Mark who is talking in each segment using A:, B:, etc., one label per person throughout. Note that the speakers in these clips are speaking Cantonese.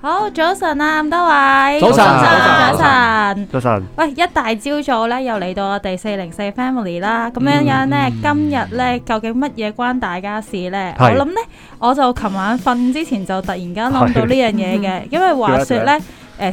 A: 好，早晨啊，咁多位，
B: 早晨
A: 早晨，早
B: 早晨
A: 晨。
B: 早晨，
A: 喂，一大朝早咧，又嚟到我哋四零四 family 啦，咁樣樣
B: 嗯
A: 咧，今日咧究竟乜嘢關大家事咧？我
B: 係
A: 諗咧，我就琴晚瞓之前就突然間諗到
B: 係嗯
A: 呢樣嘢嘅，因為話說咧，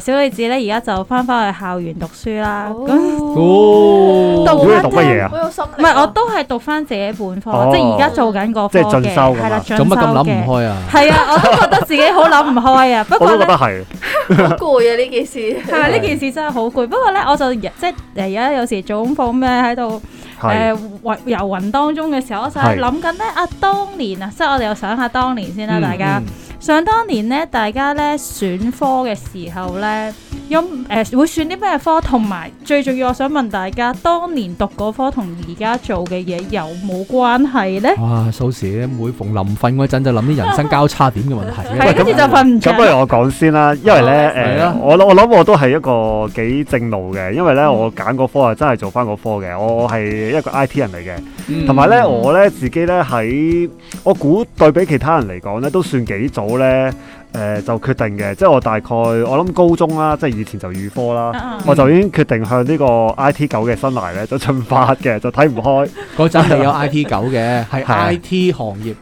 A: 誒小女子咧而家就翻返去校園讀書啦，咁
B: 哦
A: 讀
B: 咁你
A: 翻
B: 讀乜嘢啊？哦
A: 唔係我都係讀翻自己本科，即係而家做緊個科
B: 即係進
A: 嘅，
B: 修咁啊
A: 係啦，進修
C: 做乜咁諗唔
A: 嘅。
C: 開啊？
A: 係啊，我都覺得自己好諗唔開啊。不
B: 我
A: 過
B: 都
A: 咧
B: 覺得，係，
A: 係啊呢件事真係好攰。不過咧，我就即係而家有時做功課咩喺度。
B: 係
A: 誒雲遊雲當中嘅時候，我就係
B: 係
A: 諗緊咧啊，當年啊，即係我哋又想下當年先啦，
C: Ừ,
B: 嗯
A: 大家。想當年咧，大家咧選科嘅時候咧，有誒、呃、會選啲咩科，同埋最重要，我想問大家，當年讀嗰科同而家做嘅嘢有冇關係咧？
C: 哇，蘇 Sir 每逢臨瞓嗰陣就諗啲人生交叉點嘅問題
A: 係
C: 咧。
B: 喂
A: 跟住
B: 咁
A: 就瞓唔
B: 咁不
A: 着。
B: 如我講先啦，因為
C: 係
B: 咧誒
C: 啊，嗯
B: 我我諗我都係一個幾正路嘅，因為咧我揀嗰科啊真係做翻嗰科嘅，我我係一個 I T 人嚟嘅，
C: Ừ. 嗯
B: 同埋咧我咧自己咧喺我估對比其他人嚟講咧都算幾早咧誒就決定嘅，即係我大概我諗高中啦，即係以前就預科啦。
A: 啊
B: 我就已經決定向呢個 I T 九嘅生涯咧就進發嘅，就睇唔開。
C: 嗰陣 係有 I T 九嘅，係
B: 係啊
C: I T 行業，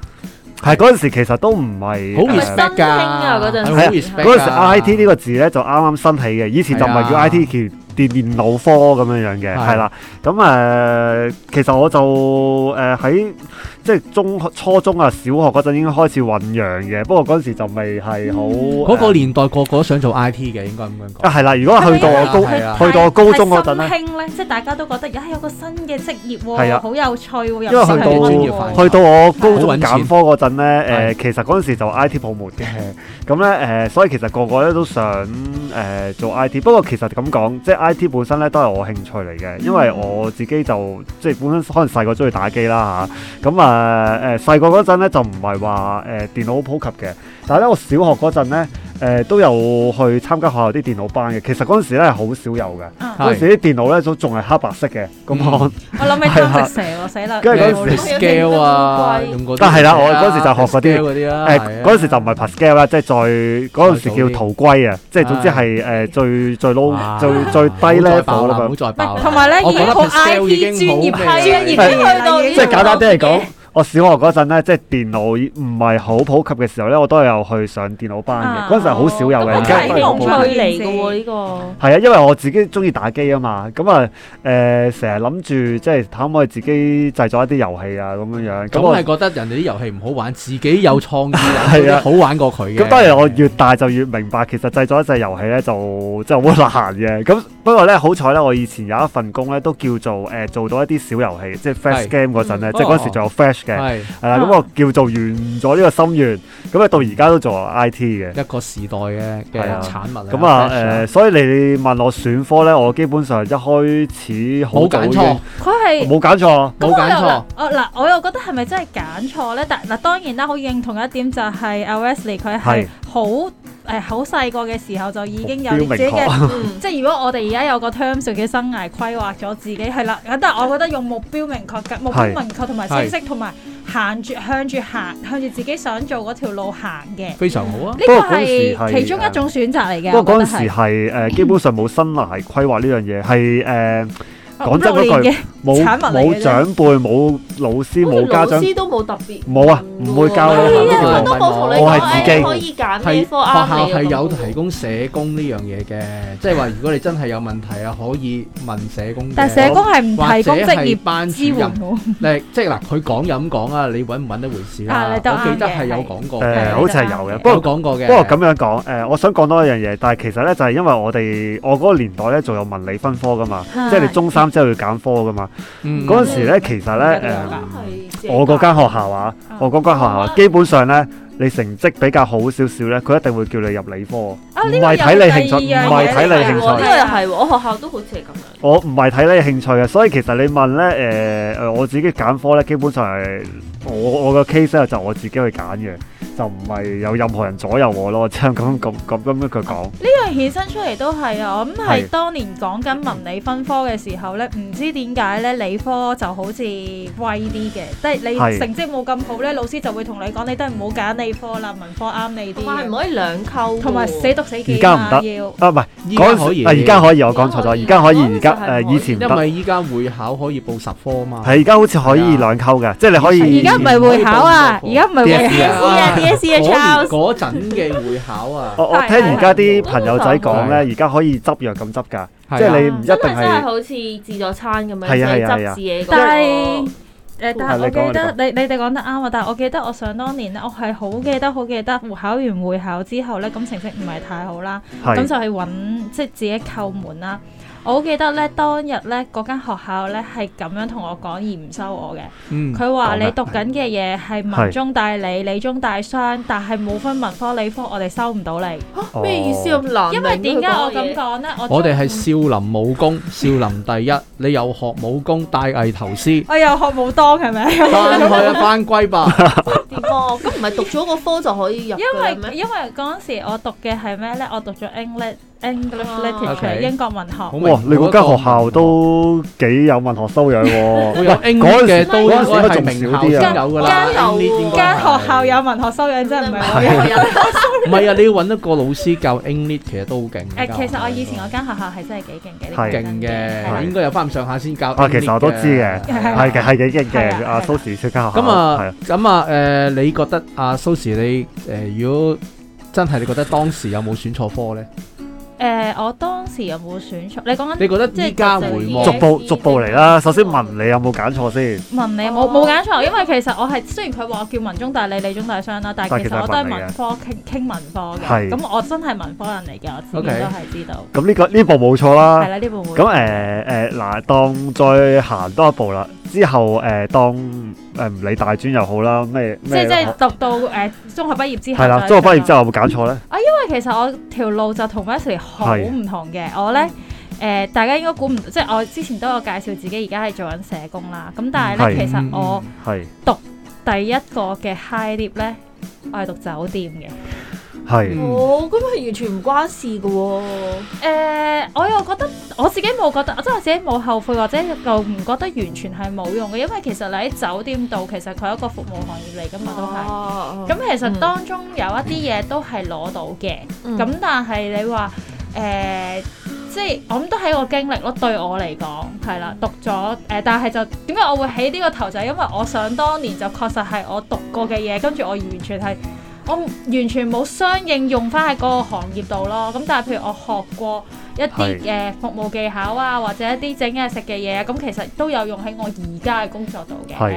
B: 係嗰陣時其實都唔係
C: 好
B: 誒
C: respect
A: 新興
C: 㗎，
A: 啊嗰陣時
C: 係好
B: 係啊
C: respect à.
B: 嗰陣時
C: 㗎
B: I T 呢個字咧就啱啱新起嘅，以前就唔係
C: 係
B: 叫
C: 啊
B: I T，叫電電腦科咁樣樣嘅，
C: 係
B: 係啦。咁誒、呃其實我就誒喺、即係中學初中啊、小學嗰陣已經開始醖釀嘅，不過嗰陣時就未係好
C: 嗰個
B: 呃
C: 年代個個都想做 I T 嘅，應該咁樣講
B: 啊。係啦。如果去到我高
C: 係啊
B: 去到我高中嗰陣咧
A: 咧，新興咧，即係大家都覺得，呀有個新嘅職業
B: 係
A: 喎，
B: 啊
A: 好有趣喎，因
B: 因為去到去到我高中揀科嗰陣咧，誒、
C: 係
B: 其實嗰陣時就 I T 泡沫嘅，咁咧誒，所以其實個個咧都想誒、做 I T，不過其實咁講，即係 I T 本身咧都係我興趣嚟嘅，因
C: 嗯
B: 為我自己就即係本身可能細個中意打機啦吓，咁啊誒細個嗰陣咧就唔係話誒電腦好普及嘅，但係咧我小學嗰陣咧誒都有去參加學校啲電腦班嘅，其實嗰陣時咧係好少有嘅，
A: 啊
C: 係
B: 嗰陣時啲電腦咧都仲係黑白色嘅，咁
C: 嗯
B: 我。
A: 我諗起
B: 啊
A: 貪食蛇喎，死啦！
B: 跟住嗰陣
A: 有
B: 時
A: 冇
C: scale à. 啊，用嗰啲
B: 但係啦我嗰時就學嗰啲
C: Pascal 嗰啲啦，
B: 誒
C: 係啊
B: 嗰陣時就唔係 Pascal 啦，即係再嗰陣時叫逃龜啊，即係總之係誒最最
C: 哇
B: low 最最低
C: 唔好再爆
B: level
C: 啦
B: 啦
C: 唔好
B: 咁。
C: 再
A: 唔
C: 爆
A: 係
C: 啦。
A: 同埋咧
C: 我
A: 已經
C: 覺得
A: 好 I
C: Pascal
A: T
C: 已經
A: 專業
C: 好
A: 係
C: 咩
A: 啊，已經去到
B: 即係簡單啲嚟講，我小學嗰陣咧，即係電腦唔係好普及嘅時候咧，我都有去上電腦班
A: 啊
B: 嘅。嗰陣時係好少有嘅，
A: 咁
B: 而家
A: 係
B: 都係
A: 好
B: 好
A: 普
B: 普
A: 及
B: 及
A: 嘅
B: 係啊，因為我自己中意打機啊嘛，咁啊誒成日諗住即係可唔可以自己製作一啲遊戲啊咁樣樣。咁
C: 總
B: 我
C: 係覺得人哋啲遊戲唔好玩，自己有創意
B: 係
C: 啊，
B: 啊
C: 好玩過佢嘅。
B: 咁當然我越大就越明白，其實製作一隻遊戲咧就真係好難 嘅。咁不過咧好彩咧，我以前有一份工咧都叫做誒、呃做到一啲小遊戲，即係 Flash
C: 係
B: Game 嗰陣咧，
C: 嗯
B: 即係嗰時仲有 Flash 嘅，
C: 係
B: 係啦。咁我叫做完咗呢個心願，咁啊到而家都做 IT 嘅。
C: 一個時代嘅
B: 係
C: 嘅
B: 啊
C: 產物嚟
B: 咁啊
C: fashion
B: 誒、呃所以你問我選科咧，我基本上一開始好
C: 冇
B: 早已
C: 揀
B: 經
C: 錯，
A: 佢係
B: 冇揀錯，
C: 冇揀錯。。
A: 我哦嗱，我又覺得係咪真係揀錯咧？但嗱，當然啦，好認同一點就係阿 Wesley 佢係
B: 係
A: 好誒好細個嘅時候就已經有啲自己嘅， 即係如果我哋而家有個 terms 嘅生涯規劃咗自己係啦，但係我覺得用目標明確嘅目標
B: 係
A: 明確同埋清晰，同埋行住向住行向住自己想做嗰條路行嘅，呢
C: 非常好啊！
A: 個
B: 不過嗰時
A: 係
B: 係
A: 其中一種選擇嚟嘅。
B: 不過嗰
A: 我
B: 陣
A: 覺得
B: 時
A: 係
B: 係誒、呃基本上冇生涯規劃呢樣嘢，係誒。呃講真嗰句
A: 六年嘅
B: 冇
A: 產物嚟嘅
B: 冇
A: 啫
B: 長輩，冇老師，冇家長，冇啊，唔會教
C: 係啊
B: 你
C: 我
B: 呢
C: 都
B: 個
C: 係學校係有提供社工呢樣嘢嘅，即係話如果你真係有問題啊，可以問社工嘅。
A: 但社工係唔提供職業
C: 班主
A: 支援
C: 任，
A: 喎。
C: 誒即係嗱，佢講就咁講啊，你揾唔揾一回事
A: 啊
C: 啦。
A: 你
C: 我
A: 都啱
C: 記得
A: 嘅
C: 係有
A: 係
C: 講過
B: 誒，
A: 啊
C: 嘅，
B: 好似係有嘅。不
C: 有
B: 過
C: 講過嘅。
B: 不過咁樣講，誒，我想講多一樣嘢，但係其實咧就係因為我哋我嗰個年代咧仲有文理分科噶嘛，
A: 係
B: 即係你中三之後要揀科噶嘛。
C: 嗯
B: 嗰陣時咧其實
A: 而家都有㗎
B: 咧誒，我嗰間學校啊，
A: 嗯
B: 我嗰間學校
A: 哦
B: 啊基本上咧你成績比較好少少咧，佢一定會叫你入理科。
A: 啊，呢
B: 唔
A: 個
B: 係
A: 又
B: 睇
A: 係
B: 你興趣
A: 第二樣
B: 唔係
A: 嘢
B: 睇你
A: 嚟
B: 興趣
A: 喎
B: 我唔係睇你興趣嘅，所以其實你問咧，誒、誒、我自己揀科咧，基本上係我我個 case 咧就我自己去揀嘅，就唔係有任何人左右我咯，即 係咁咁咁咁樣佢講。
A: 呢個衍生出嚟都係啊，我諗係
B: 係
A: 當年講緊文理分科嘅時候咧，唔知點解咧理科就好似威啲嘅，即係你
B: 係
A: 成績冇咁好咧，老師就會同你講，你都係唔好揀理科啦，文科啱你
D: 同埋唔
A: 啲。
D: 可以兩溝
A: 同埋死讀死記
B: 而家唔
A: 嘛
B: 得
A: 要。
B: 啊，唔係
C: 依
B: 嗰
C: 家
B: 陣
C: 可以，
B: 時啊而家可以，我講錯咗，而家可以，而家
D: 嗰陣時係唔可以
B: 誒以前唔
C: 因
B: 得，
C: 為依家會考可以報十科嘛，
B: 係而家好似可以兩溝嘅，即係你可以。
A: 而家唔係會考啊，而家唔係會
C: DSE
A: 考
C: 啊
A: DSE
C: 嗰
A: 啊
C: 年
A: Charles。
C: 嗰陣嘅會考啊，
B: 我我
A: 係
B: 聽而家啲朋友仔
C: 係
B: 講咧，而家可以執藥咁執㗎，
C: 係啊
B: 即係你唔一定
D: 真係真係
B: 係
D: 好似自助餐咁樣
B: 係啊係啊係啊
D: 自己執自己嗰個
A: 但係誒，但係我
B: 係你講
A: 記得
B: 你
A: 你你哋講得啱啊！但係我記得我想當年咧，我係好記得好記得，考完會考之後咧，咁成績唔係太好啦，咁就
B: 係
A: 去揾即係自己扣門啦。我好記得咧，當日咧嗰間學校咧係咁樣同我講而唔收我嘅。
C: 嗯，
A: 佢話
B: 講
A: 你
B: 咩
A: 讀緊嘅嘢係文
B: 係
A: 中大理、理中大商，但係冇分文科理科，我哋收唔到你。
D: 嚇咩意思咁哦難明？
A: 因為點解我咁
D: 佢講嘢？
A: 講咧？我
C: 我哋係
A: 中，
C: 少林武功，少林第一，你又學武功，大藝頭師
A: 哎我又學武當係咪？
C: 翻去啊，翻歸吧，
D: 點啊？咁唔係讀咗個科就可以入
A: 因
D: 嘅
A: 為
D: 咩？
A: 因為嗰陣時我讀嘅係咩咧？我讀咗 English English
D: 啊
A: literature
C: OK
A: 英國文學。
B: 哇！你嗰間學校都幾有文學修養
C: 我
B: 喎。
C: 有英
B: 嗰陣
C: 嘅
B: 時
C: 都應該係名校先有㗎啦，
A: 間
D: 樓
C: English 應該
A: 間
C: 係
A: 學校有文學修養，真係唔係我
D: 係啊
C: 唔係啊？你要揾一個老師教 English 其實都好勁㗎。
A: 誒，其實我以前嗰間學校係真係幾勁嘅，呢個
B: 係
C: 勁
A: 真
C: 嘅，
A: 係
C: 應該有翻咁上下先教。
B: 啊，其實我都知嘅，
A: 係
B: 係嘅，係幾勁
A: 係啊係
B: 嘅。
A: 啊
B: 阿 Susie 出間學校，
C: 咁
B: 係
C: 啊，咁啊，誒，你覺得阿 Susie 你誒，如果真係你覺得當時有冇選錯科咧？
A: 誒，我當時有冇選錯？你講緊
C: 你覺得依家回望
B: 逐步逐步嚟啦。首先問你有冇揀錯先，
A: 文理冇冇揀錯，因為其實我係雖然佢話我叫文中大理、理中大商啦，但係其實我都係文科傾傾文科嘅，
B: 係
A: 咁我真係文科人嚟嘅，我自己
C: OK
A: 都係知道。
B: 咁呢個呢步冇錯啦
A: 係。啦，呢部會
B: 啊咁誒誒嗱，當再行多一步啦，之後誒、呃、當誒唔、理大專又好啦，咩
A: 即係
B: 咩啊
A: 即係讀到誒中學畢業之後
B: 係啦，
A: 再
B: 中學畢業
A: 上
B: 之後有冇揀錯咧？
A: 因為其實我條路就同 Wesley 好唔同嘅，我咧。誒、大家應該估唔到，即係我之前都有介紹自己而家係做緊社工啦。咁但係咧，
B: 係
A: 其
C: Ừ,
A: 實我
B: 係
A: 第一個嘅 high dip 咧，我係讀酒店嘅。誒、
B: 係
C: 嗯
D: 哦，咁係完全唔關事嘅喎。
A: 呃我又覺得我自己冇覺得，即係我自己冇後悔，或者又唔覺得完全係冇用嘅，因為其實你喺酒店度，其實佢係一個服務行業嚟噶嘛，都係。
D: 哦
A: 咁其實
D: 嗯
A: 當中有一啲嘢都係攞到嘅。
D: 嗯
A: 咁但係你話誒、即係我諗都係一個經歷咯。對我嚟講係啦，讀咗誒、但係就點解我會起呢個頭就係因為我想當年就確實係我讀過嘅嘢，跟住我完全係我完全冇相應用翻喺嗰個行業度咯。咁但係譬如我學過一啲
B: 係
A: 誒、服務技巧啊，或者一啲整嘢食嘅嘢啊，咁其實都有用喺我而家嘅工作度嘅。
B: 係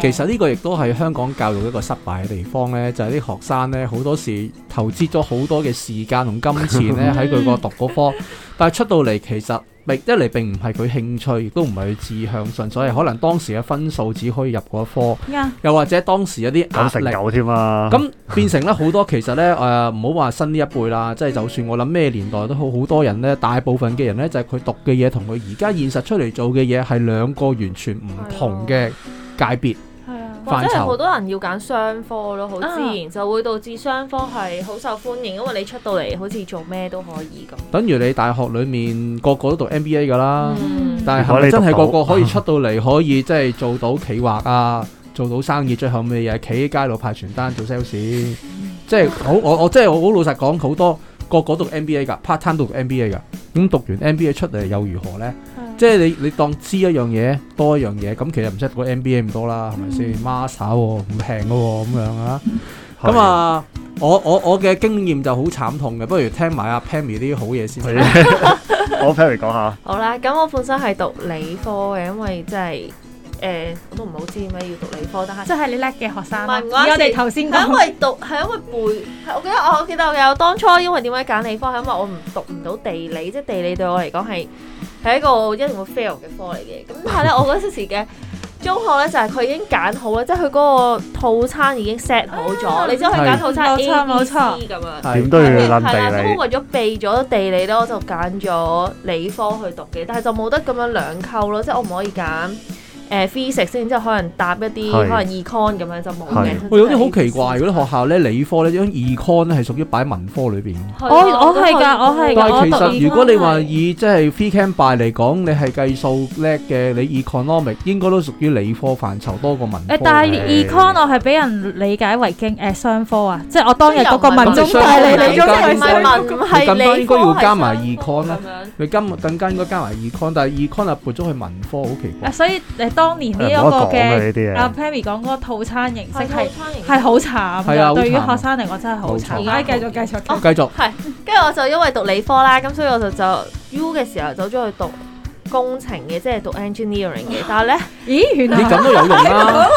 C: 其實呢個亦都係香港教育一個失敗嘅地方呢就係、啲學生呢，好多時投資咗好多嘅時間同金 錢呢喺佢個讀嗰科，但係出到嚟其實並一嚟並唔係佢興趣，亦都唔係佢志向，純粹係可能當時嘅分數只可以入嗰一科，
A: 啱
C: 又或者當時有啲
B: 九
C: 壓
B: 成
C: 力。
B: 九添啊！
C: 咁變成咧好多其實咧誒唔好話新呢一輩啦，即係就算我諗咩年代都好，好多人咧大部分嘅人咧就係佢讀嘅嘢同佢而家現實出嚟做嘅嘢係兩個完全唔同嘅界別。
A: 係啊。
D: 或
C: 範
D: 者
C: 疇
D: 係好多人要揀商科咯，好自然
A: 啊
D: 就會導致商科係好受歡迎，因為你出到嚟好似做咩都可以咁。
C: 等於你大學裡面個個都讀 MBA 㗎啦，
A: 嗯
C: 但係係咪真係個個可以出到嚟可以即係做到企劃啊，做到生意，最後咪又係企喺街度派傳單做 sales，即係好我我即係我好老實講，好多個個讀 MBA 㗎，part time 都讀 MBA 㗎，咁讀完 MBA 出嚟又如何呢？即係你你當知一樣嘢多一樣嘢，咁其實唔使讀個 MBA 咁多啦，係咪先？Master 喎唔平嘅喎，咁樣啊。
B: 係
C: 咁，啊，我我我嘅經驗就好慘痛嘅，不如聽埋阿 Pammy 啲好嘢先。
B: 係 我 Perry 講下，
D: 好啦，咁我本身係讀理科嘅，因為即係誒我都唔好知點解要讀理科，但係
A: 即係你叻嘅學生啦，
D: 唔係唔關
A: 而
D: 事
A: 我哋頭先
D: 係因
A: 講
D: 為讀係因為背，係我記得我記得我有當初因為點解揀理科係因為我唔讀唔到地理，即係地理對我嚟講係係一個一定會 fail 嘅科嚟嘅。咁 但係咧，我嗰陣時嘅中學咧就係佢已經揀好啦，即係佢嗰個套餐已經 set 好
A: 啊
D: 咗，你只可以揀套餐
A: 冇
D: A、B、C
A: 錯冇錯
D: 咁樣。
B: 點
C: 係
B: 都要
D: 係啦，
B: 撚
D: 咁
B: 地
D: 我為咗避咗地理咧，我就揀咗理科去讀嘅，但係就冇得咁樣兩溝咯，即係我唔可以揀誒、誒 physics，然之後可能搭一啲
B: 係
D: 可能 econ 咁樣就冇
B: 係
D: 嘅。
C: 我有啲好奇怪，嗰啲學校咧理科咧，將 econ 係屬於擺文科裏邊。
A: 我我係㗎我係㗎
C: 但係其
A: 我讀
C: 實
A: econ
C: 如果你話以即係 free cam by 嚟講，你係計數叻嘅，你 economic 應該都屬於理科範疇多過文科
A: 誒
C: 嘅。，
A: 但係
B: 係
A: econ 我係俾人理解為經誒商科啊，即係我當日嗰個
D: 咁又唔係
A: 文中
D: 文
A: 大你
C: 商
A: 理咗
C: 科
A: 佢
D: 唔係
A: 商科
D: 文係
C: 你咁多
D: 理
C: 應
D: 科
C: 該要加埋
D: 係商科
C: econ 啦
D: 咁樣
C: 你今更加應該加埋 econ，但係 econ 啊撥咗去文科，好奇
A: 啊，
C: 怪。
A: 所以誒當年呢一
B: 唔
A: 個
B: 好講啊
A: 嘅
B: 呢啲
A: 阿
B: 嘢。
A: Pammy 講嗰個套餐形式係
D: 係餐型
A: 係好慘
C: 係啊好
A: 㗎，對於
C: 慘啊
A: 學生嚟講真係好
C: 冇
A: 慘。
C: 錯
A: 唉，繼續繼續。繼續
C: 繼續
D: 跟住我就因為讀理科啦，咁所以我就就 U 嘅時候走咗去讀工程嘅，即係讀 engineering 嘅。但係咧，
A: 咦，原
C: 你
A: 來
C: 咁都有用 啦。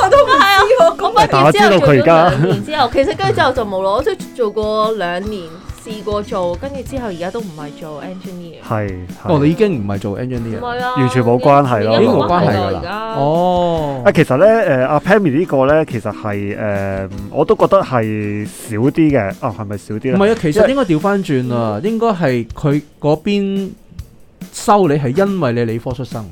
D: 咁畢
B: 但我
D: 業
B: 知
D: 之後
B: 道
D: 做
B: 佢而
D: 咗
B: 家
D: 兩年之後，其實跟住之後就冇咯。我都做過兩年，試過做，跟住之後而家都唔係做 engineer，
B: 係
C: 哦，
B: 係
C: 你已經唔係做
D: 唔
C: engineer。
D: 係啊，
B: 完全冇關係咯
D: 已經
C: 已經冇
D: 冇
C: 關
D: 關
C: 係
D: 係
C: 㗎
D: 㗎
C: 啦
D: 而家。
C: 哦
B: 啊，，其實咧，誒、阿 Pammy 呢個咧，其實係誒、呃我都覺得係少啲嘅。啊，係咪少啲
C: 唔
B: 咧？
C: 係啊，其實應該調翻轉啊，應該係佢嗰邊收你係因為你理科出生。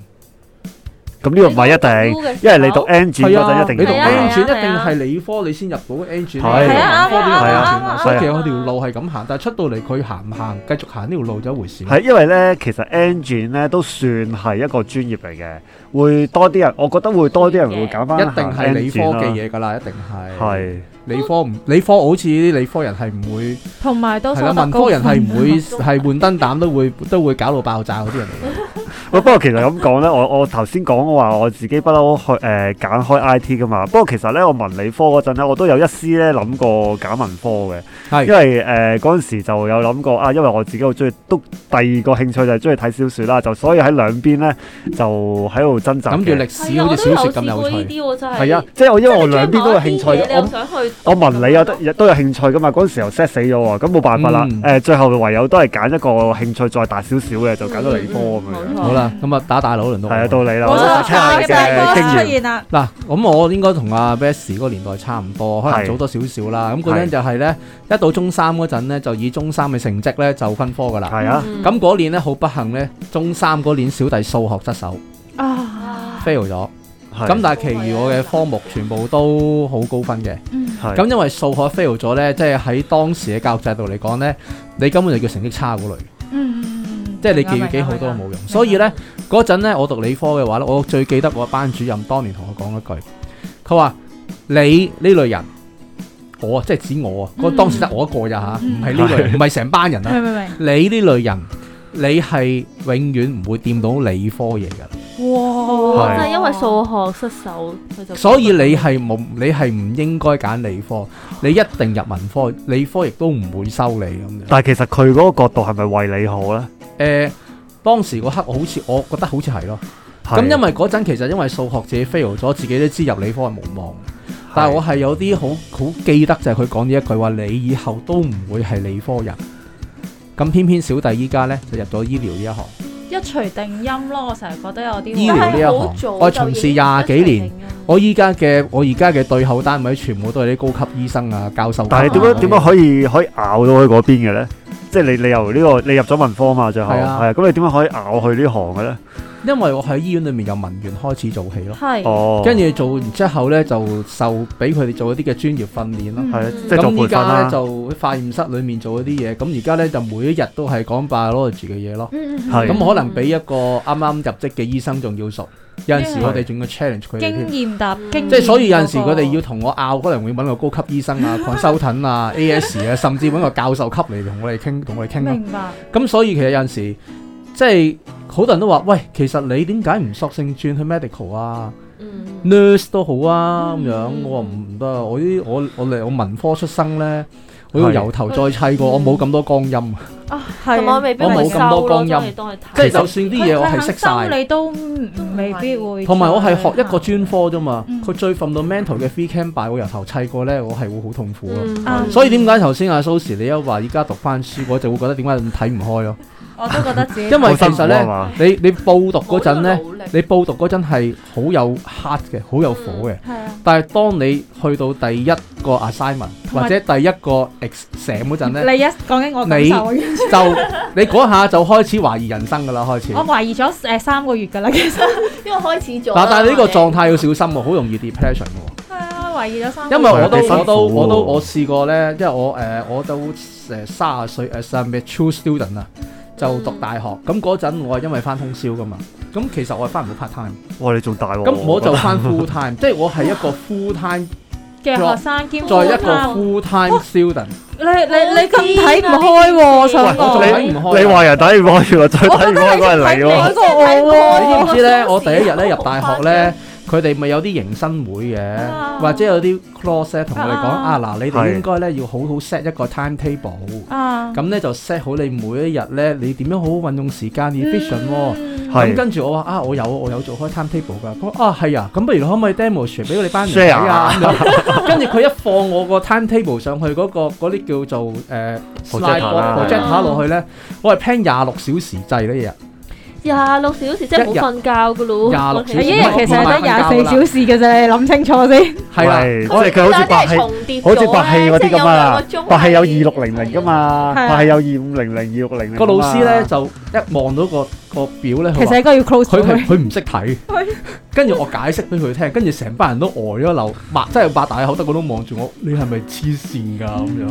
B: 咁呢個唔係一定，因為你讀 N 字
C: 係
B: 嗰
C: 啊，
B: 陣一
C: 你
B: 定
C: 讀
B: 讀
D: 係啊
C: N
B: 啦。
C: 轉一
D: 係
C: 定
D: 啊
C: 係理科，你先入到 N 轉。
B: 係
C: 你
B: 係
A: 啊
C: 文科
A: 啱啊
C: 都要
B: 啱啊
C: 轉所以
B: 啱啊
C: 其實佢條路係咁行，但係出到嚟佢行唔行，繼續行呢條路就一回事。
B: 係因為咧，其實 engine 咧都算係一個專業嚟嘅，會多啲人，我覺得會多啲人會揀
C: 一
B: 翻
C: 定係理科嘅
B: 嘢。
C: 嘢㗎啦，一定係。
B: 係
C: 理科唔理科，好似啲理科人係唔會
A: 同埋都
C: 係
A: 收
C: 啦，
A: 得
C: 文
A: 高
C: 科人係唔會
D: 收得高
C: 係換燈膽都會都會搞到爆炸嗰啲人嚟
B: 喂，不過其實咁講咧，我我頭先講話我自己不嬲去誒揀開 I T 噶嘛。不過其實咧，我文理科嗰陣咧，我都有一絲咧諗過揀文科嘅。
C: 嘅。
B: 因
C: 係
B: 為誒嗰陣時就有諗過啊，因為我自己好中意，都第二個興趣就係中意睇小説啦，就所以喺兩邊咧就喺度掙扎
C: 諗住
B: 嘅。
C: 歷
D: 係
C: 史
D: 啊，
C: 好
D: 我
C: 似
D: 都
C: 小
D: 有
C: 説咁
D: 試過呢
C: 有趣。
D: 啲喎，真係。
B: 係啊，即係我因為我
D: 即係
B: 兩
D: 你
B: 邊都有興
D: 中意
B: 趣
D: 某一啲嘢你，又
B: 我
D: 想去
B: 我文理有得亦都有興趣噶嘛，嗰陣時又 set 死咗喎，咁冇辦法啦。誒、
C: 嗯
B: 最後唯有都係揀一個興趣再大少少嘅，就揀咗理科咁
D: 嗯
B: 樣
D: 嗯。
C: 好啦，咁啊打大佬輪到我
B: 係啊，到你啦，
A: 冇
B: 我
A: 錯
B: 想聽下你嘅經
A: 出
B: 驗。
A: 現啦，
C: 嗱，咁我應該同阿 Bess 嗰個年代差唔多，可能
B: 係
C: 早多少少啦。咁嗰陣
B: 係
C: 就係呢，一到中三嗰陣呢，就以中三嘅成績呢就分科噶啦。
B: 係啊，
D: 嗯
C: 咁嗰年呢，好不幸呢，中三嗰年小弟數學失手
A: 啊，
D: 啊
C: fail 咗。咁
B: 係
C: 但係其餘我嘅科目全部都好高分嘅。
A: 嗯，
B: 係
C: 咁因為數學 fail 咗呢，即係喺當時嘅教育制度嚟講呢，你根本就叫成績差嗰類，
A: 嗯，
C: 即係你記幾好都冇
A: 啊
C: 用。所以
D: 明白
C: 呢，嗰陣呢，我讀理科嘅話呢，我最記得我班主任當年同我講一句，佢話：你呢類人，我啊即係指我啊，嗰
A: 嗯
C: 當時得我一個咋嚇，唔
A: 嗯
C: 係呢類人，唔係成班人
A: 明
C: 啊。
A: 明明，
C: 你呢類人，你係永遠唔會掂到理科嘢㗎啦。
A: 哇，
D: 哦真係因為數學失手，佢就
C: 所以你係冇，你係唔應該揀理科，你一定入文科，理科亦都唔會收你咁樣。
B: 但係其實佢嗰個角度係咪為你好咧？
C: 誒、當時嗰刻我好似我覺得好似係咯，
B: 係
C: 咁因為嗰陣其實因為數學自己 fail 咗，自己都知入理科係無望，但係我係有啲好好記得就係佢講呢一句話，你以後都唔會係理科人。咁偏偏小弟依家呢，就入咗醫療呢一行，
A: 一錘定音咯，我成日覺得有啲
C: 醫療呢一行我係從事廿幾年，我依家嘅我而家嘅對口單位全部都係啲高級醫生啊、教授級啊嗰
B: 但係
C: 啲。
B: 點樣點樣可以可以咬到佢嗰邊嘅咧？即係你你由呢、個你入咗文科嘛，最後
C: 係
B: 係
C: 啊
B: 啊，咁你點樣可以咬去呢行嘅咧？
C: 因為我喺醫院裏面由文員開始做起咯，
A: 係，
B: 哦，
C: 跟住做完之後呢，就受俾佢哋做一啲嘅專業訓練咯。
A: 嗯
B: 係啊
D: 嗯
B: 即係做
C: 咁
B: 培
C: 依
B: 訓
C: 家咧
B: 啦，
C: 就喺化驗室裏面做一啲嘢，咁而家咧就每一日都係講 biology 嘅嘢咯。
A: 嗯
B: 係
C: 咁可能比一個啱啱入職嘅醫生仲要熟，有陣
B: 嗯
C: 時我哋仲要 challenge 佢哋
A: 經
C: 添。
A: 驗搭經驗嗰個，
C: 即係所以有陣時佢哋要同我拗，可能會揾個高級醫生啊、consultant 啊、AS 啊，甚至揾個教授級嚟同我哋傾，同我哋傾咯。
A: 明白，
C: 咁所以其實有陣時即係好多人都話：喂，其實你點解唔索性轉去 medical 啊？
D: 嗯
C: nurse 都好啊咁樣，
D: 嗯
C: 我話唔得啊，我啲我我嚟我文科出生咧，我要
B: 係
C: 由頭再砌過，我冇咁多光陰，
A: 啊，係
D: 同埋我未必
C: 我
D: 會
C: 冇
D: 收
C: 咁多
D: 咯，
C: 光陰
D: 當你當你睇
C: 即係就算啲嘢我係識
A: 佢肯收
C: 晒，
A: 你都唔未必會。
C: 同埋我係學一個專科啫嘛
A: 啊嗯，
C: 佢最 fundamental 嘅 free cam by 我由頭砌過咧，我係會好痛苦咯。
D: 嗯
A: 啊
C: 所以點解頭先阿蘇時你一話依家讀翻書，我就會覺得點解咁睇唔開咯？
A: 我都覺得自己
C: 因為
B: 好辛
C: 其實
B: 苦啊
C: 咧
B: 嘛
C: 你你報讀嗰陣咧，
D: 咧
C: 你報讀嗰陣係好有 heart 嘅，好有火嘅。
A: 係啊，
C: 但係當你去到第一個 assignment
A: 同埋
C: 或者第一個 exam 嗰陣咧，
A: 你一講緊我感受，我已經
C: 就你嗰下就開始懷疑人生㗎啦，開始。
A: 我懷疑咗誒三個月㗎啦，其實
D: 因為開始咗啦。
C: 嗱，但係呢個狀
D: 態
C: 態要小心喎，好容易 depression 嘅
A: 係啊，懷疑咗三
C: 喎。
A: 個
C: 因
A: 月。
C: 為我
B: 係
C: 都
B: 你辛苦
C: 我都
B: 喎
C: 我都我試過咧，因為我誒我都誒卅歲呃誒 mature student 啊，就讀大學。咁嗰陣我係因為翻通宵㗎嘛，咁其實我係翻唔到 part time，
B: 哇！你仲大喎，
C: 咁我就 翻 full time，即係我係一個 full time，
A: 嘅學生兼
C: 再一個
A: full-time
C: full time student。
A: 你你你咁睇唔開喎，我想
C: 我仲
A: 講。
C: 睇唔開啊
B: 你話人睇唔開，原來最睇唔開嗰係你
A: 我
B: 喎
A: 覺。得你睇唔開
C: 你知唔知
A: 啊
C: 咧？我第一日咧
D: 咧
C: 入大學咧，佢哋咪有啲迎新會嘅，
A: 啊
C: 或者有啲 class 咧同我哋講
A: 啊
C: 啊嗱，你哋
B: 係
C: 應該咧要好好 set 一個 timetable。
A: 啊，
C: 咁咧就 set 好你每一日咧，你點樣好好運用時間 efficient 喎。
B: 係
C: 咁跟住我話啊，我有我有做開 timetable 㗎。佢話啊係啊，咁不如你可唔可以 demo share 俾我哋班人睇啊？咁樣跟住佢一放我個 timetable 上去嗰個嗰啲叫做誒 slide
B: Projector 啦
C: projector 落去咧，我係 plan 廿六小時制呢日。
D: 廿六小時，即係冇瞓覺噶咯。啊
C: 26小
A: 你
C: 時
A: 一日其實係得廿四小時嘅啫，你諗清楚先。
C: 係啦。
B: 喂即係佢好似白氣，好似白氣嗰啲咁啊，白氣有二六零零噶嘛，
A: 係啊
B: 白氣有二五零零、二六零零。
C: 個老師咧就一望到個個表咧，
A: 其
C: 佢
A: 實
C: 話
A: 應該要 close
C: 佢
A: 咗
C: 係
A: 佢。
C: 佢唔識睇
A: 係，
C: 跟住我解釋俾佢聽，跟住成班人都呆咗一 溜，擘真係擘大口得個都望住我，你係咪黐線㗎咁樣？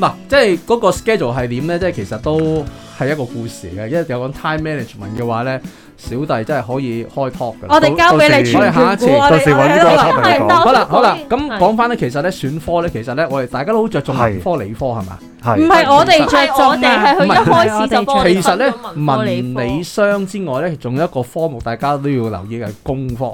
C: 嗱，即係嗰個 schedule 係點咧？即係其實都係一個故事嘅，因為有講 time management 嘅話咧，小弟真係可以開 talk 㗎啦。
A: 我哋交俾你全權股，我
B: 到
A: 哋
B: 時
A: 我
B: 到時
A: 哋
B: 搵呢個
A: 我哋
B: 出
A: 我
B: 嚟講
A: 哋
C: 好啦好啦，咁
D: 係
C: 講翻咧，其實咧選科咧，其實咧我哋大家都好着重文科理科係嘛？
A: 唔
B: 係
A: 係我哋着
D: 係我
A: 重
D: 哋係
A: 啊，
D: 佢一開始就幫我
C: 其實
D: 哋分
C: 咧，
D: 咗文科
C: 文
D: 理科
C: 理商之外咧，仲有一個科目大家都要留意嘅係工科。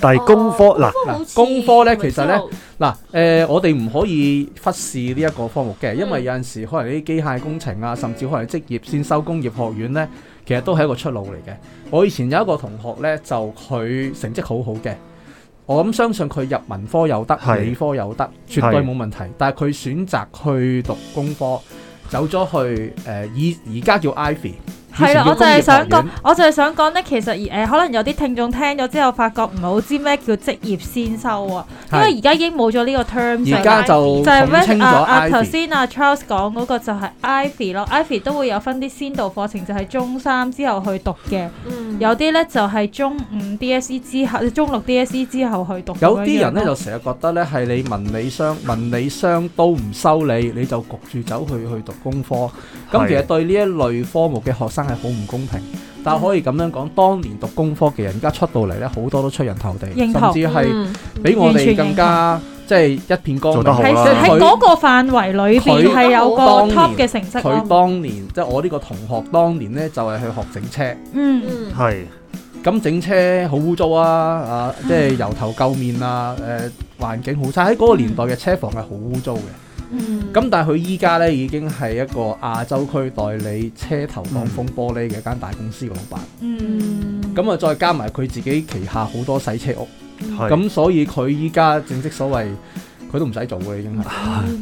B: 但係工科嗱，
C: 嗱功課呢其實呢嗱，誒、我哋唔可以忽視呢一個科目
A: 嗯
C: 嘅，因為有陣時可能啲機械工程啊，甚至可能職業先修工業學院呢，其實都係一個出路嚟嘅。我以前有一個同學呢，就佢成績好好嘅，我諗相信佢入文科又得，
B: 係
C: 理科又得，絕對
B: 係
C: 冇問題。但係佢選擇去讀工科，走咗去誒，以而家叫 Ivy，以前
A: 係啦，
C: 叫
A: 我就係想
C: 工
A: 講
C: 業學院，
A: 我就係想講咧，其實誒、可能有啲聽眾聽咗之後，發覺唔係好知咩叫職業先修啊，因
C: 係
A: 為而家已經冇咗呢個 term
C: 而家就
A: 就係
C: 統稱
A: West 啊啊
C: 咗
A: 頭
C: Ivy，
A: 先啊 Charles 講嗰個就係 Ivy 咯，Ivy 都會有分啲先導課程，就係、中三之後去讀嘅，
C: 嗯
D: 嗯
A: 有啲咧就係、中五 DSE 之後，中六 DSE 之後去讀咁樣樣
C: 有
A: 咯。
C: 啲人咧就成日覺得咧係你文理商文理商都唔收你，你就焗住走去去讀工科。咁
B: 係
C: 其實對呢一類科目嘅學生係好唔公平。但係可以咁樣講，當年讀工科嘅人，而家出到嚟咧好多都出人頭地，甚
A: 認同
C: 至係
D: 嗯
C: 比我哋更加即係一片光
B: 做
C: 明。
B: 得好
A: 喺
B: 啦
A: 喺嗰個範圍裏邊
C: 佢
A: 係有個
C: 當年
A: top 嘅成績
C: 佢
A: 咯。
C: 當年即係我呢個同學當年咧就係去學整車。
A: 嗯，
B: 係
C: 咁整車好污糟啊！啊，即係由頭垢面啊！誒、環境好差，喺嗰個年代嘅車房係好污糟嘅。
A: 嗯
C: 咁但係佢依家咧已經係一個亞洲區代理車頭擋風玻璃嘅間大公司嘅老闆，
A: 嗯，
C: 咁啊、再加埋佢自己旗下好多洗車屋，
B: 係
C: 咁所以佢依家正式所謂佢都唔使做嘅已經係，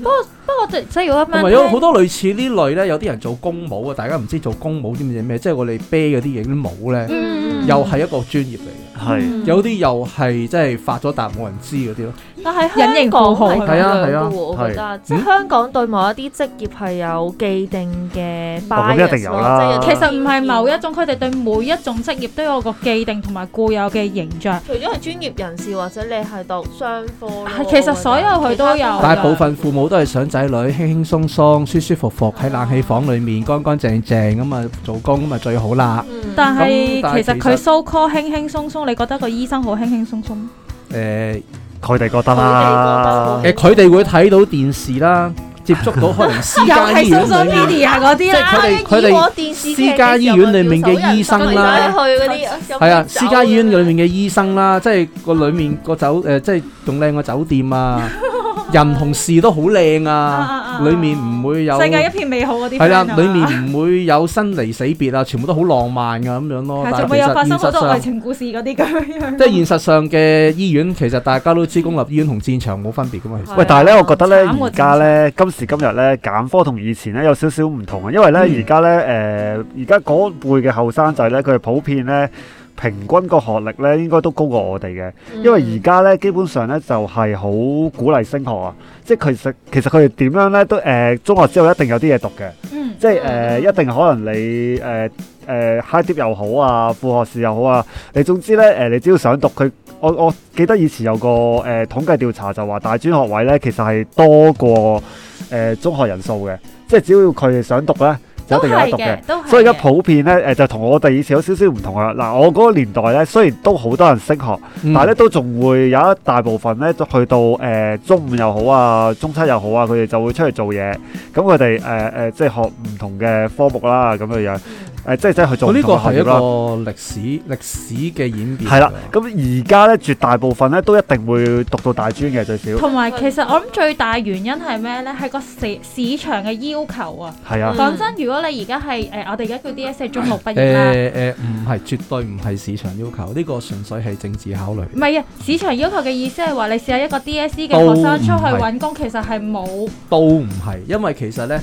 A: 不過即即係如果咁
C: 同
A: 樣
C: 埋有
A: 聽
C: 好多類似呢類咧，有啲人做工帽啊，大家唔知做工帽知唔知咩？即係我哋啤嗰啲嘢啲帽咧，
A: 嗯
C: 又係一個專業嚟嘅，
B: 係
C: 有啲又係即係發咗達冇人知嗰啲咯，
D: 但係香港係咁樣嘅喎，我覺得即係
C: 嗯
D: 香港對某一啲職業係有既定嘅 bias
B: 哦
D: 咯，
B: 咁一定有啦
D: 即
A: 其
D: 係有啲
A: 實唔係某一種，佢哋對每一種職業都有個既定同埋固有嘅形象。
D: 除咗係專業人士或者你係讀商科咯
A: 係其實所有佢都有
D: 其他
A: 係啊
C: 但係部分父母都係想仔女
A: 嗯
C: 輕輕鬆鬆、舒舒服服喺冷氣房裏面乾乾淨淨咁啊做工咁啊最好啦。
D: 嗯
A: 但係
C: 咁但係
A: 其實佢 so call 輕輕鬆鬆，你覺得個醫生好輕輕鬆鬆？嗯
C: 誒
B: 佢哋覺得
D: 佢哋覺得好
B: 啦
C: 誒，
D: 嘅，
C: 佢哋會睇到電視啦，接觸到可能私
A: 又
C: 家
A: 係
C: 醫院
A: social
C: 裏面，
A: media 嗰啲
C: 即係佢
A: 啦，
C: 哋佢哋私家醫院裡面嘅醫生啦
D: 去嗰啲
C: 係啊，私家醫院裏面嘅醫生啦，即係個 裡面個酒誒，即係仲靚過酒店啊，人同事都好靚
A: 啊
C: 啊，
A: 啊啊
C: 裡面唔會有
A: 世界一片美好嗰啲
C: 係啦，
A: friend 啊
C: 裡面唔會有生離死別啊，全部都好浪漫噶咁樣咯。
A: 係
C: 但
A: 仲
C: 係
A: 會
C: 其
A: 有發
C: 實現
A: 生好
C: 實
A: 多愛
C: 上，
A: 情故事嗰啲咁樣。
C: 即係現實上嘅醫院，其實大家都知公立醫院同戰場冇分別噶嘛。其實
B: 喂，但係咧，我覺得咧，
A: 慘喎
B: 而家咧，今時今日咧，減科同以前咧有少少唔同啊，因為咧，
C: 嗯
B: 而家咧，誒、而家嗰輩嘅後生仔咧，佢哋普遍咧，平均個學歷咧，應該都高過我哋嘅，
D: 嗯
B: 因為而家咧，基本上咧就係、好鼓勵升學啊，即係其實其實佢哋點樣咧都誒、中學之後一定有啲嘢讀嘅。
A: 嗯，
B: 即係誒、呃一定可能你誒誒、呃 high dip 又好啊，副學士又好啊，你總之咧誒、呃你只要想讀佢，我我記得以前有個誒、呃、統計調查就話大專學位咧其實係多過誒、呃中學人數嘅，即係只要佢哋想讀咧就一定有得讀嘅。，
A: 都係
B: 所以而家普遍咧，誒、就同我哋以前有少少唔同啊！嗱，我嗰個年代咧，雖然都好多人升學，
C: 嗯
B: 但係咧都仲會有一大部分咧，都去到誒、呃中午又好啊，中七又好啊，佢哋就會出去做嘢。咁佢哋誒誒，即係學唔同嘅科目啦，咁樣樣誒、呃即係即係去做
C: 我
B: 唔
C: 呢個
B: 同嘅行
C: 係一
B: 業啊
C: 個歷
B: 啦。
C: 史歷史嘅演變。
B: 係啦，咁而家咧絕大部分咧都一定會讀到大專嘅最少，
A: 同埋其實我諗最大原因係咩咧？係個市市場嘅要求啊！
B: 係啊
D: 嗯。
A: 講真，如果你而家係誒，我哋而家叫 DSE 中六畢業啦，
C: 誒誒，唔係絕對唔係市場要求，呢個純粹係政治考慮。
A: 唔係啊，市場要求嘅意思係話你試下一個 DSE 嘅
C: 都
A: 學生出去
C: 唔係
A: 揾工，其實係冇
C: 都唔係，因為其實呢，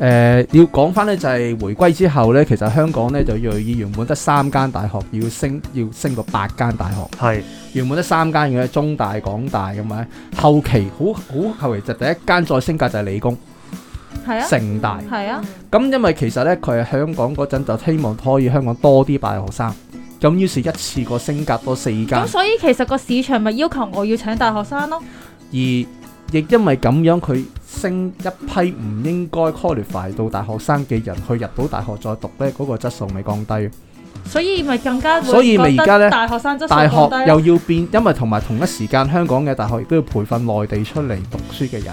C: 誒、要講翻呢，就係回歸之後呢，其實香港呢，就要以原本得三間大學，要升要升到八間大學，
B: 係
C: 原本得三間嘅中大、港大咁樣，後期好好後期就第一間再升格就係理工、
A: 係啊，
C: 城大。
A: 係啊，
C: 咁因為其實呢，佢係香港嗰陣就希望可以香港多啲大學生，咁於是一次過升格多四間，
A: 咁
C: 而
A: 所以其實個市場咪要求我要請大學生咯，
C: 亦因為咁樣佢升一批唔應該 qualify 到大學生嘅人去入到大學再讀呢，嗰、個質素咪降低。
A: 所以咪更加會
C: 所以咪而家
A: 覺
C: 呢
A: 得大學生質素
C: 大學
A: 降低
C: 又要變，因為同埋同一時間香港嘅大學亦都要培訓內地出嚟讀書嘅人，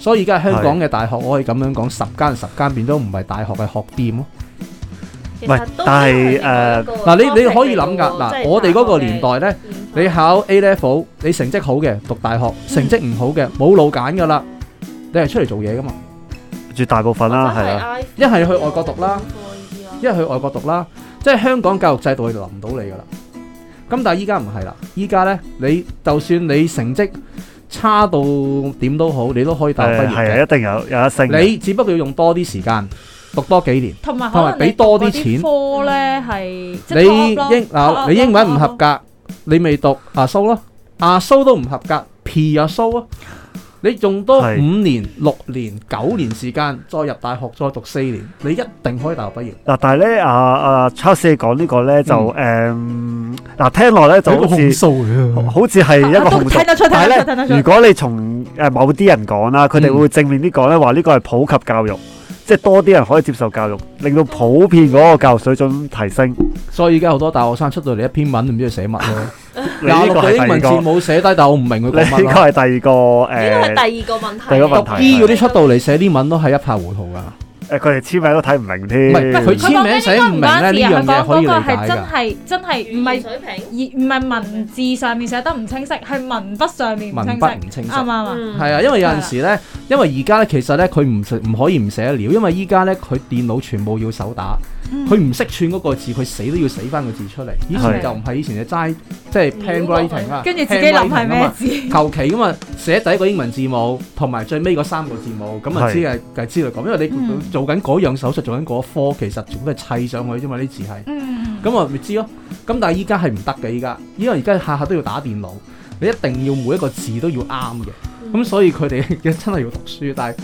C: 所以而家香港嘅大學我可以咁樣講，十間十間變都唔係大學嘅學店咯。嗱，你你可以諗㗎，
A: 哦
C: 嗱，我哋嗰個年代呢，你考 A level，你成績好嘅讀大學，成績唔好嘅冇路揀㗎啦，你係出嚟做嘢㗎嘛，
B: 絕大部分啦，哦係啊啦，
C: 一係去外國讀啦，一係去外國讀啦，即係香港教育制度係淋唔到你㗎啦。咁但係依家唔係啦，依家呢，你就算你成績差到點都好，你都可以大學
B: 誒
C: 畢業嘅
B: 係啊，一定有有一升嘅。
C: 你只不過要用多啲時間讀多幾年，
A: 同埋可
C: 同埋
A: 能
C: 俾
A: 你
C: 多
A: 讀
C: 啲
A: 嗰
C: 錢
A: 科咧係即係
C: 你
A: top 咯
C: 英
A: top 咯
C: 嗱你英文唔合
A: top 咯
C: 格，你未讀阿蘇咯，阿蘇都唔合格，P 阿蘇啊，你用多
B: 係
C: 五年、六年、九年時間再入大學再讀四年，你一定可以大學畢業。
B: 嗱，但係咧，阿阿 Charles 你講呢個咧就誒，嗱聽落咧就好似。
C: 數
B: 好好似係一個
A: 啊都
B: 控訴
A: 睇得出睇
B: 但
A: 得出
B: 係
A: 睇得
B: 咧，
A: 出
B: 如果你從誒某啲人講啦，佢哋會正面啲講咧，話呢個係普及教育，即係多啲人可以接受教育，令到普遍嗰個教育水準提升。
C: 所以而家好多大學生出到嚟一篇文都唔知佢寫乜咯，
B: 你呢
C: 廿六
B: 個
C: 個
B: 係
C: 英
B: 第二
C: 文字
B: 個，
C: 母寫低，但我唔明佢
B: 你
C: 講乜啊
B: 呢
C: 咯。
B: 個係第二個呃誒
C: 讀醫嗰啲出到嚟寫啲文都係一塌糊塗㗎。
B: 誒，呃佢哋簽名都睇唔明添。
C: 唔係佢
A: 佢講
C: 簽名
A: 緊
C: 寫
A: 應該
C: 唔
A: 唔
C: 明
A: 關
C: 咧
A: 事
C: 呢
A: 啊，佢
C: 樣嘢
A: 講
C: 可
A: 嗰
C: 以理
A: 個
C: 解
A: 係真
C: 㗎。
A: 係真係唔係而唔係文字上面寫得唔清晰，係文筆上面唔
C: 文
A: 清
C: 筆
A: 晰，
C: 唔清晰。
A: 啱唔啱啊？
C: 係啊，因為有陣時咧，因為而家咧其實咧佢唔食唔可以唔寫料，因為依家咧佢電腦全部要手打，
A: 嗯
C: 佢唔識串嗰個字，佢死都要死翻個字出嚟。以前
B: 係
C: 就唔係，以前就齋即係
D: 瞄落去
C: handwriting 啊，
A: 跟住自己諗係
C: handwriting 啊
A: 咩
C: 嘛。
A: 字，
C: 求其咁啊，寫第一個英文字母同埋最尾嗰三個字母，咁啊
B: 係
C: 知係係知道咁，因為你
A: 嗯
C: 做緊嗰樣手術，做緊嗰科，其實全部都係砌上去啫嘛，啲字係。
A: 嗯，
C: 咁我啊咪知咯。咁但係依家係唔得嘅，依家因為而家下下都要打電腦，你一定要每一個字都要啱嘅。咁所以佢哋 真係要讀書，但係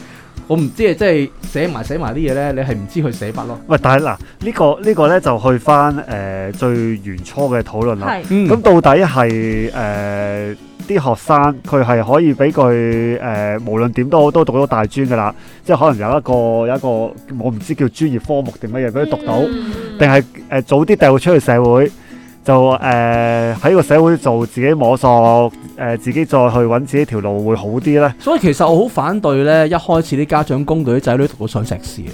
C: 我唔知啊，即係寫埋寫埋啲嘢咧，你係唔知佢寫乜咯。
B: 喂，但係嗱，呢個呢個咧就去翻誒最原初嘅討論啦。
A: 係
C: 嗯
B: 咁到底係誒啲學生佢係可以俾佢誒無論點都好都讀到大專噶啦，即係可能有一個有一個我唔知叫專業科目定乜嘢俾佢讀到，定係誒早啲掉出去社會就呃誒喺、個社會做自己摸索誒、呃自己再去揾自己條路會好啲咧？
C: 所以其實我好反對咧，一開始啲家長供到啲仔女讀到上碩士嘅，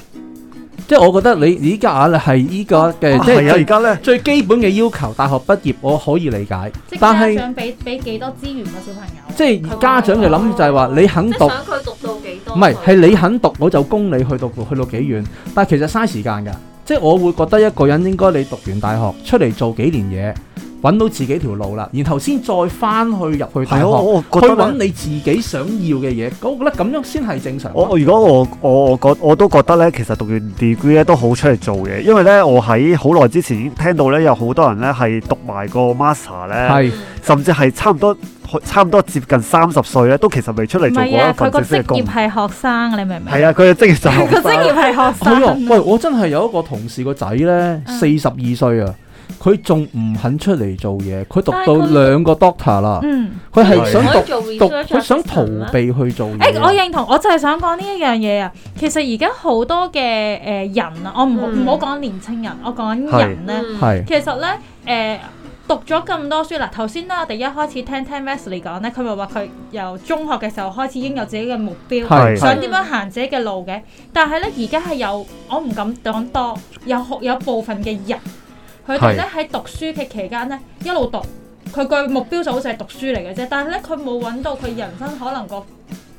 C: 即係我覺得你依家係依個嘅，即
B: 係啊，而
C: 係
B: 家咧
C: 最最基本嘅要求。大學畢業我可以理解，
A: 即
C: 但
A: 係家
C: 係
A: 長俾俾幾多資源個小朋友，啊
C: 即係家長嘅諗就係話你肯讀。
D: 多
C: 唔係，係你肯讀，我就供你去到去到幾遠。但係其實嘥時間㗎，即係我會覺得一個人應該你讀完大學出嚟做幾年嘢，揾到自己條路啦，然後先再翻去入去大
B: 係啊我
C: 學，
B: 我
C: 去
B: 覺得
C: 揾
B: 呢
C: 你自己想要嘅嘢。我覺得咁樣先係正常。
B: 我我如果我我我覺我都覺得咧，其實讀完 degree 咧都好出嚟做嘢，因為咧我喺好耐之前已經聽到咧有好多人咧係讀埋個 master 咧，
C: 係
B: 甚至係差唔多差唔多接近三十歲咧，都其實未出嚟
A: 唔
B: 做
A: 係
B: 過一
A: 啊，佢
B: 份
A: 個
B: 正式
A: 職
B: 嘅工
A: 業。係學生，你明唔明？
B: 係啊，佢嘅職業就係
A: 佢個
B: 學生
A: 職業係學
C: 係啊
A: 生，，
C: 喂，我真係有一個同事個仔呢，
A: 嗯
C: 四十二歲啊，佢仲唔肯出嚟做嘢，佢讀
A: 但係
C: 到
A: 佢
C: 兩個 doctor 啦，
A: 嗯。
C: 佢係想讀
D: 做
C: 讀，佢想逃避去做
A: 誒、我
C: 嘢。
A: 認同，我就係想講呢一樣嘢啊。其實而家好多嘅誒、呃人啊，我唔好
D: 嗯
A: 唔好講年青人，我講人咧，
C: 係
A: 其實咧誒、呃、讀咗咁多書嗱，頭先咧我哋一開始聽聽 Wesley 講咧，佢咪話佢由中學嘅時候開始已經有自己嘅目標，
C: 係
A: 想
C: 係
A: 點樣行自己嘅路嘅。但係咧而家係有，我唔敢講多，有好有部分嘅人，佢哋咧喺讀書嘅期間咧一路讀，佢個目標就好似係讀書嚟嘅啫，但係咧佢冇揾到佢人生可能個誒。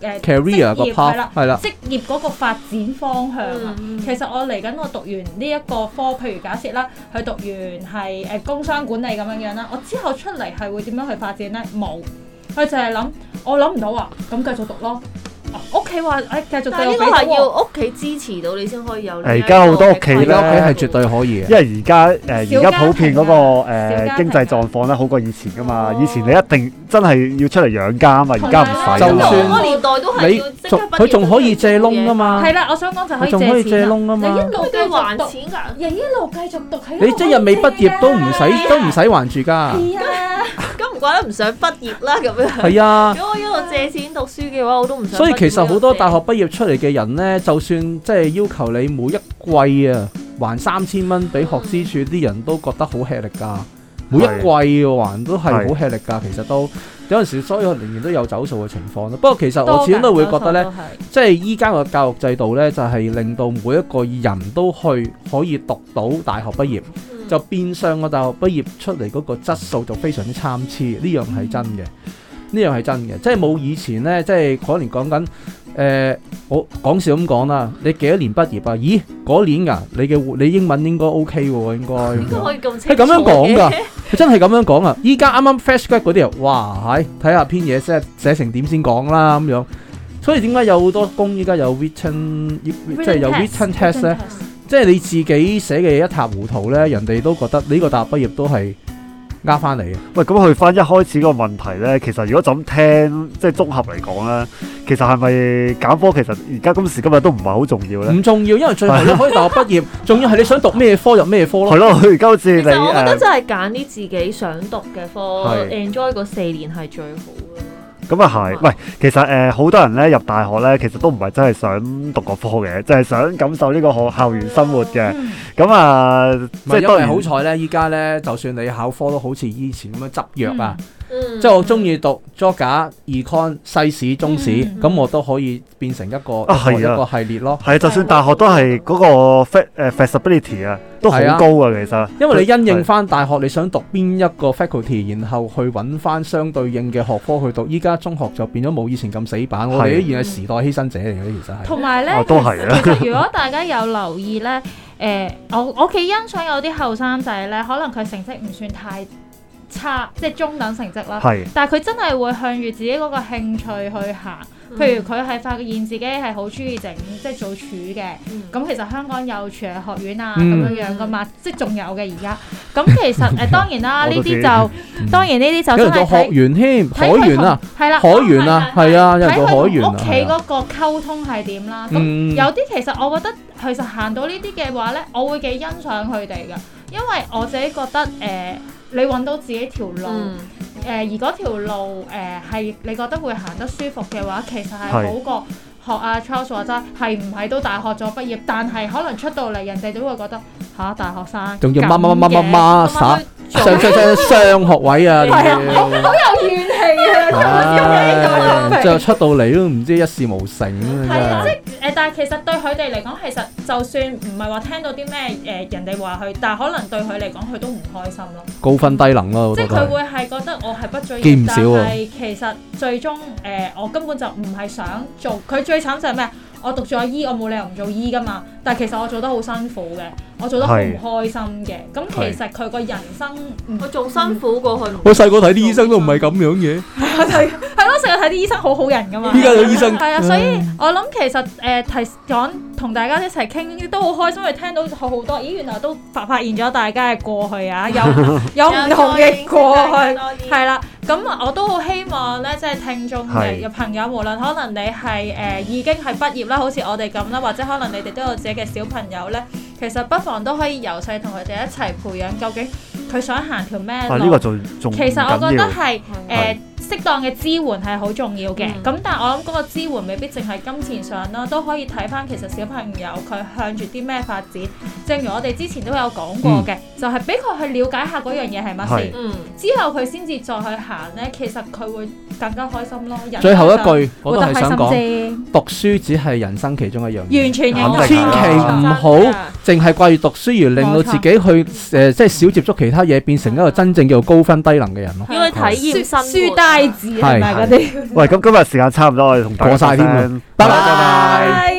A: 呃
C: career 個
A: 職業係
C: path
A: 啦
C: 係啦。
A: 職業嗰個發展方向
D: 嗯
A: 啊。其實我嚟緊，我讀完呢一個科，譬如假設啦，佢讀完係誒工商管理咁樣樣啦，我之後出嚟係會點樣去發展呢？冇，佢就係諗我諗唔到啊，咁繼續讀咯。啊屋企話誒繼續繼
D: 但係
A: 續
D: 呢
A: 俾
D: 個係
A: 我
D: 要屋企支持到你先可以有。
B: 誒而家好多屋企
C: 而
B: 咧
C: 家屋企係絕對可以嘅，
B: 因為而家誒而家普遍嗰、個誒、
A: 小家庭啊
B: 經濟狀況咧好過以前噶嘛，
D: 哦
B: 以前你一定真係要出嚟養家啊嘛，而家唔使
C: 就
B: 㗎嘛
C: 算
D: 我年代都係
C: 你
D: 要即刻
C: 仲佢仲可以借窿噶
D: 啊嘛，
C: 嘛，
A: 係啦，我想講就
C: 佢仲可
A: 可
C: 以
A: 以
C: 借
A: 借錢啊
C: 窿噶
A: 你
C: 嘛
A: 一。路繼
D: 佢還
A: 續讀，
D: 錢㗎。
A: 人一路繼續讀，係一路
C: 你即日未畢業都唔使都唔使還住㗎，
A: 啊係啊，
D: 咁唔怪得唔想畢業啦咁樣。
C: 係啊。
D: 如果我一路借錢讀書嘅話，我都唔想。
C: 所以其實好多大學畢業出嚟嘅人呢，就算即係要求你每一季啊還三千蚊俾學資處，啲人都覺得好吃力㗎。每一季還都係好吃力㗎，其實都有陣時，所以仍然都有走數嘅情況咯。不過其實我始終都會覺得呢，
A: 多㗎，
C: 即係依家個教育制度呢，就係、令到每一個人都去可以讀到大學畢業，
D: 嗯
C: 就變相個大學畢業出嚟嗰個質素就非常之參差，呢樣係真嘅，呢樣係真嘅，即係冇以前呢，即係嗰年講緊誒，我講笑咁講啦，你幾多年畢業啊？咦，嗰年啊，你嘅你英文應該 OK 喎，應該
D: 應該可以 咁
C: 係
D: 清楚
C: 咁樣講㗎
D: 嘅，
C: 佢真係咁樣講啊！依家啱啱 fresh grad 嗰啲人，哇，係睇下篇嘢寫寫成點先講啦咁樣。所以點解有好多工依家有 written 即係有 written test 咧？即係你自己寫嘅嘢一塌糊塗咧，人哋都覺得呢個大學畢業都係呃翻嚟嘅。
B: 喂，咁去翻一開始個問題咧，其實如果就咁聽，即係綜合嚟講咧，其實係咪揀科其實而家今時今日都唔係好重要咧？
C: 唔重要，因為最後你可以大學畢 業，仲要係你想讀咩科入咩科
B: 係
C: 咯。
B: 咯，佢而家好似
D: 其
B: 你
D: 實我覺得
B: 誒，
D: 真係揀啲自己想讀嘅科
B: 係
D: ，enjoy 嗰四年係最好嘅。
B: 咁啊係，喂，其實誒好多人咧入大學咧，其實都唔係真係想讀個科嘅，就係想感受呢個學校園生活嘅。
A: 嗯
B: 咁啊，
C: 唔係
B: 即係
C: 因
B: 當
C: 為
B: 然
C: 好彩咧，依家咧就算你考科都好似以前咁樣執藥啊。
D: 嗯
C: 即係我中意讀 Joga、Econ、西史、中史，
A: 嗯
C: 咁我都可以變成一個
B: 啊係啊
C: 一個系列咯。
B: 係，就算大學都係嗰個 fa 誒 flexibility 啊，都好高啊，其實。
C: 因為你因應翻大學你想讀邊一個 faculty，然後去揾翻相對應嘅學科去讀。依家中學就變咗冇以前咁死板，我哋
B: 係
C: 依然係時代犧牲者嚟嘅，其實係。
A: 同埋咧
B: 啊，都係啊
A: 其實如果大家有留意咧，誒、我我幾欣賞有啲後生仔咧，可能佢成績唔算太差，即係中等成績啦。
B: 係
A: 但係佢真係會向住自己嗰個興趣去行，
D: 嗯
A: 譬如佢係發現自己係好中意整即係做廚嘅，
D: 咁
A: 咁其實香港有廚藝學院啊咁
C: 嗯
A: 樣樣噶嘛，即係仲有嘅而家。咁其實誒、 當然啦，
B: 我
A: 呢
B: 都
A: 啲
B: 知
A: 就
C: 嗯
A: 當然呢啲就真
C: 有人做
A: 係
C: 學
A: 睇
C: 員添，
A: 睇
C: 海
A: 佢
C: 員啊，
A: 同，係啦，
C: 海員啊，係啊，有人做海
A: 睇
C: 員
A: 佢同屋
C: 啊，
A: 企
C: 係啊
A: 嗰個溝通係點啦。咁
C: 嗯
A: 有啲其實我覺得其實行到呢啲嘅話呢，我會幾欣賞佢哋㗎，因為我自己覺得誒、呃你揾到自己條路誒、
D: 嗯
A: 呃而嗰條路誒呃係、你覺得會行得舒服嘅話，其實係
B: 係
A: 好過學阿 Charles 話齋係唔係都大學咗畢業，但係可能出到嚟人哋都會覺得吓、大學生
C: 仲要
A: 咁
C: 乜乜乜
A: 嘅
C: 乜乜乜
D: 慢慢
C: 撒
D: 去做
C: 上上上上學位啊，
A: 係啊
C: 你
A: 好有怨氣
D: 係啊，
C: 唉最後出到嚟都唔知一事無成咁
A: 係啊，即
C: 啊！真係
A: 係誒，但係其實對佢哋嚟講，其實就算唔係話聽到啲咩誒呃人哋話佢，但係可能對佢嚟講，佢都唔開心咯。
C: 高分低能咯，我
A: 即
C: 覺
A: 係佢
C: 得
A: 會係覺得我係不專
C: 見
A: 業，
C: 唔少
A: 但
C: 喎
A: 係其實最終誒、呃我根本就唔係想做。佢最慘就係咩？我讀咗醫，我冇理由唔做醫噶嘛。但係其實我做得好辛苦嘅，我做得好唔
B: 係
A: 開心嘅。咁其實佢個人生唔
D: 我仲辛苦過佢。
C: 我細個睇啲醫生都唔係咁樣嘅，
A: 係咯，成日睇啲醫生好好人噶嘛。
C: 依家個醫生嗯
A: 係啊，所以我諗其實誒提講同大家一齊傾都好開心，因為聽到好好多，咦原來都發發現咗大家嘅過去啊， 有有唔同嘅過去。係啦，咁我都好希望咧，即係聽眾嘅
B: 係
A: 嘅朋友，無論可能你係誒、呃已經係畢業啦，好似我哋咁啦，或者可能你哋都有自己嘅小朋友咧，其實不妨都可以由細同佢哋一齊培養，究竟佢想行條咩
B: 啊，呢
A: 路
B: 個。仲仲
A: 其實我
B: 緊
A: 覺得
B: 要。
A: 係誒
B: 係
A: 適當嘅支援係好重要嘅，
D: 嗯
A: 咁、但係我諗嗰個支援未必淨係金錢上啦，都可以睇翻其實小朋友佢向住啲咩發展。正如我哋之前都有講過
B: 嗯
A: 嘅，就係俾佢去了解下嗰樣嘢係乜
B: 係
A: 先。
D: 嗯，
A: 之後佢先至再去行咧，其實佢會更加開心咯。人
C: 最後一
A: 生
C: 句我
A: 活
C: 都
A: 得
C: 係想
A: 開
C: 講，
A: 心
C: 讀書只係人生其中一樣嘢。
A: 啫，完全認同
B: 肯定係啦千祈
C: 唔好淨係掛住讀書而令到自己去誒、即係少接觸其他嘢，變成一個真正叫做高分低能嘅人咯。
D: 要去體驗
A: 書
D: 生
A: 書
D: 活。
A: 呆子係咪
C: 係
A: 嗰啲？
B: 喂，咁今日時間差唔多，我哋同大家
C: 過晒添
B: 講
C: 啊
B: 聲
C: 拜拜。
A: 拜。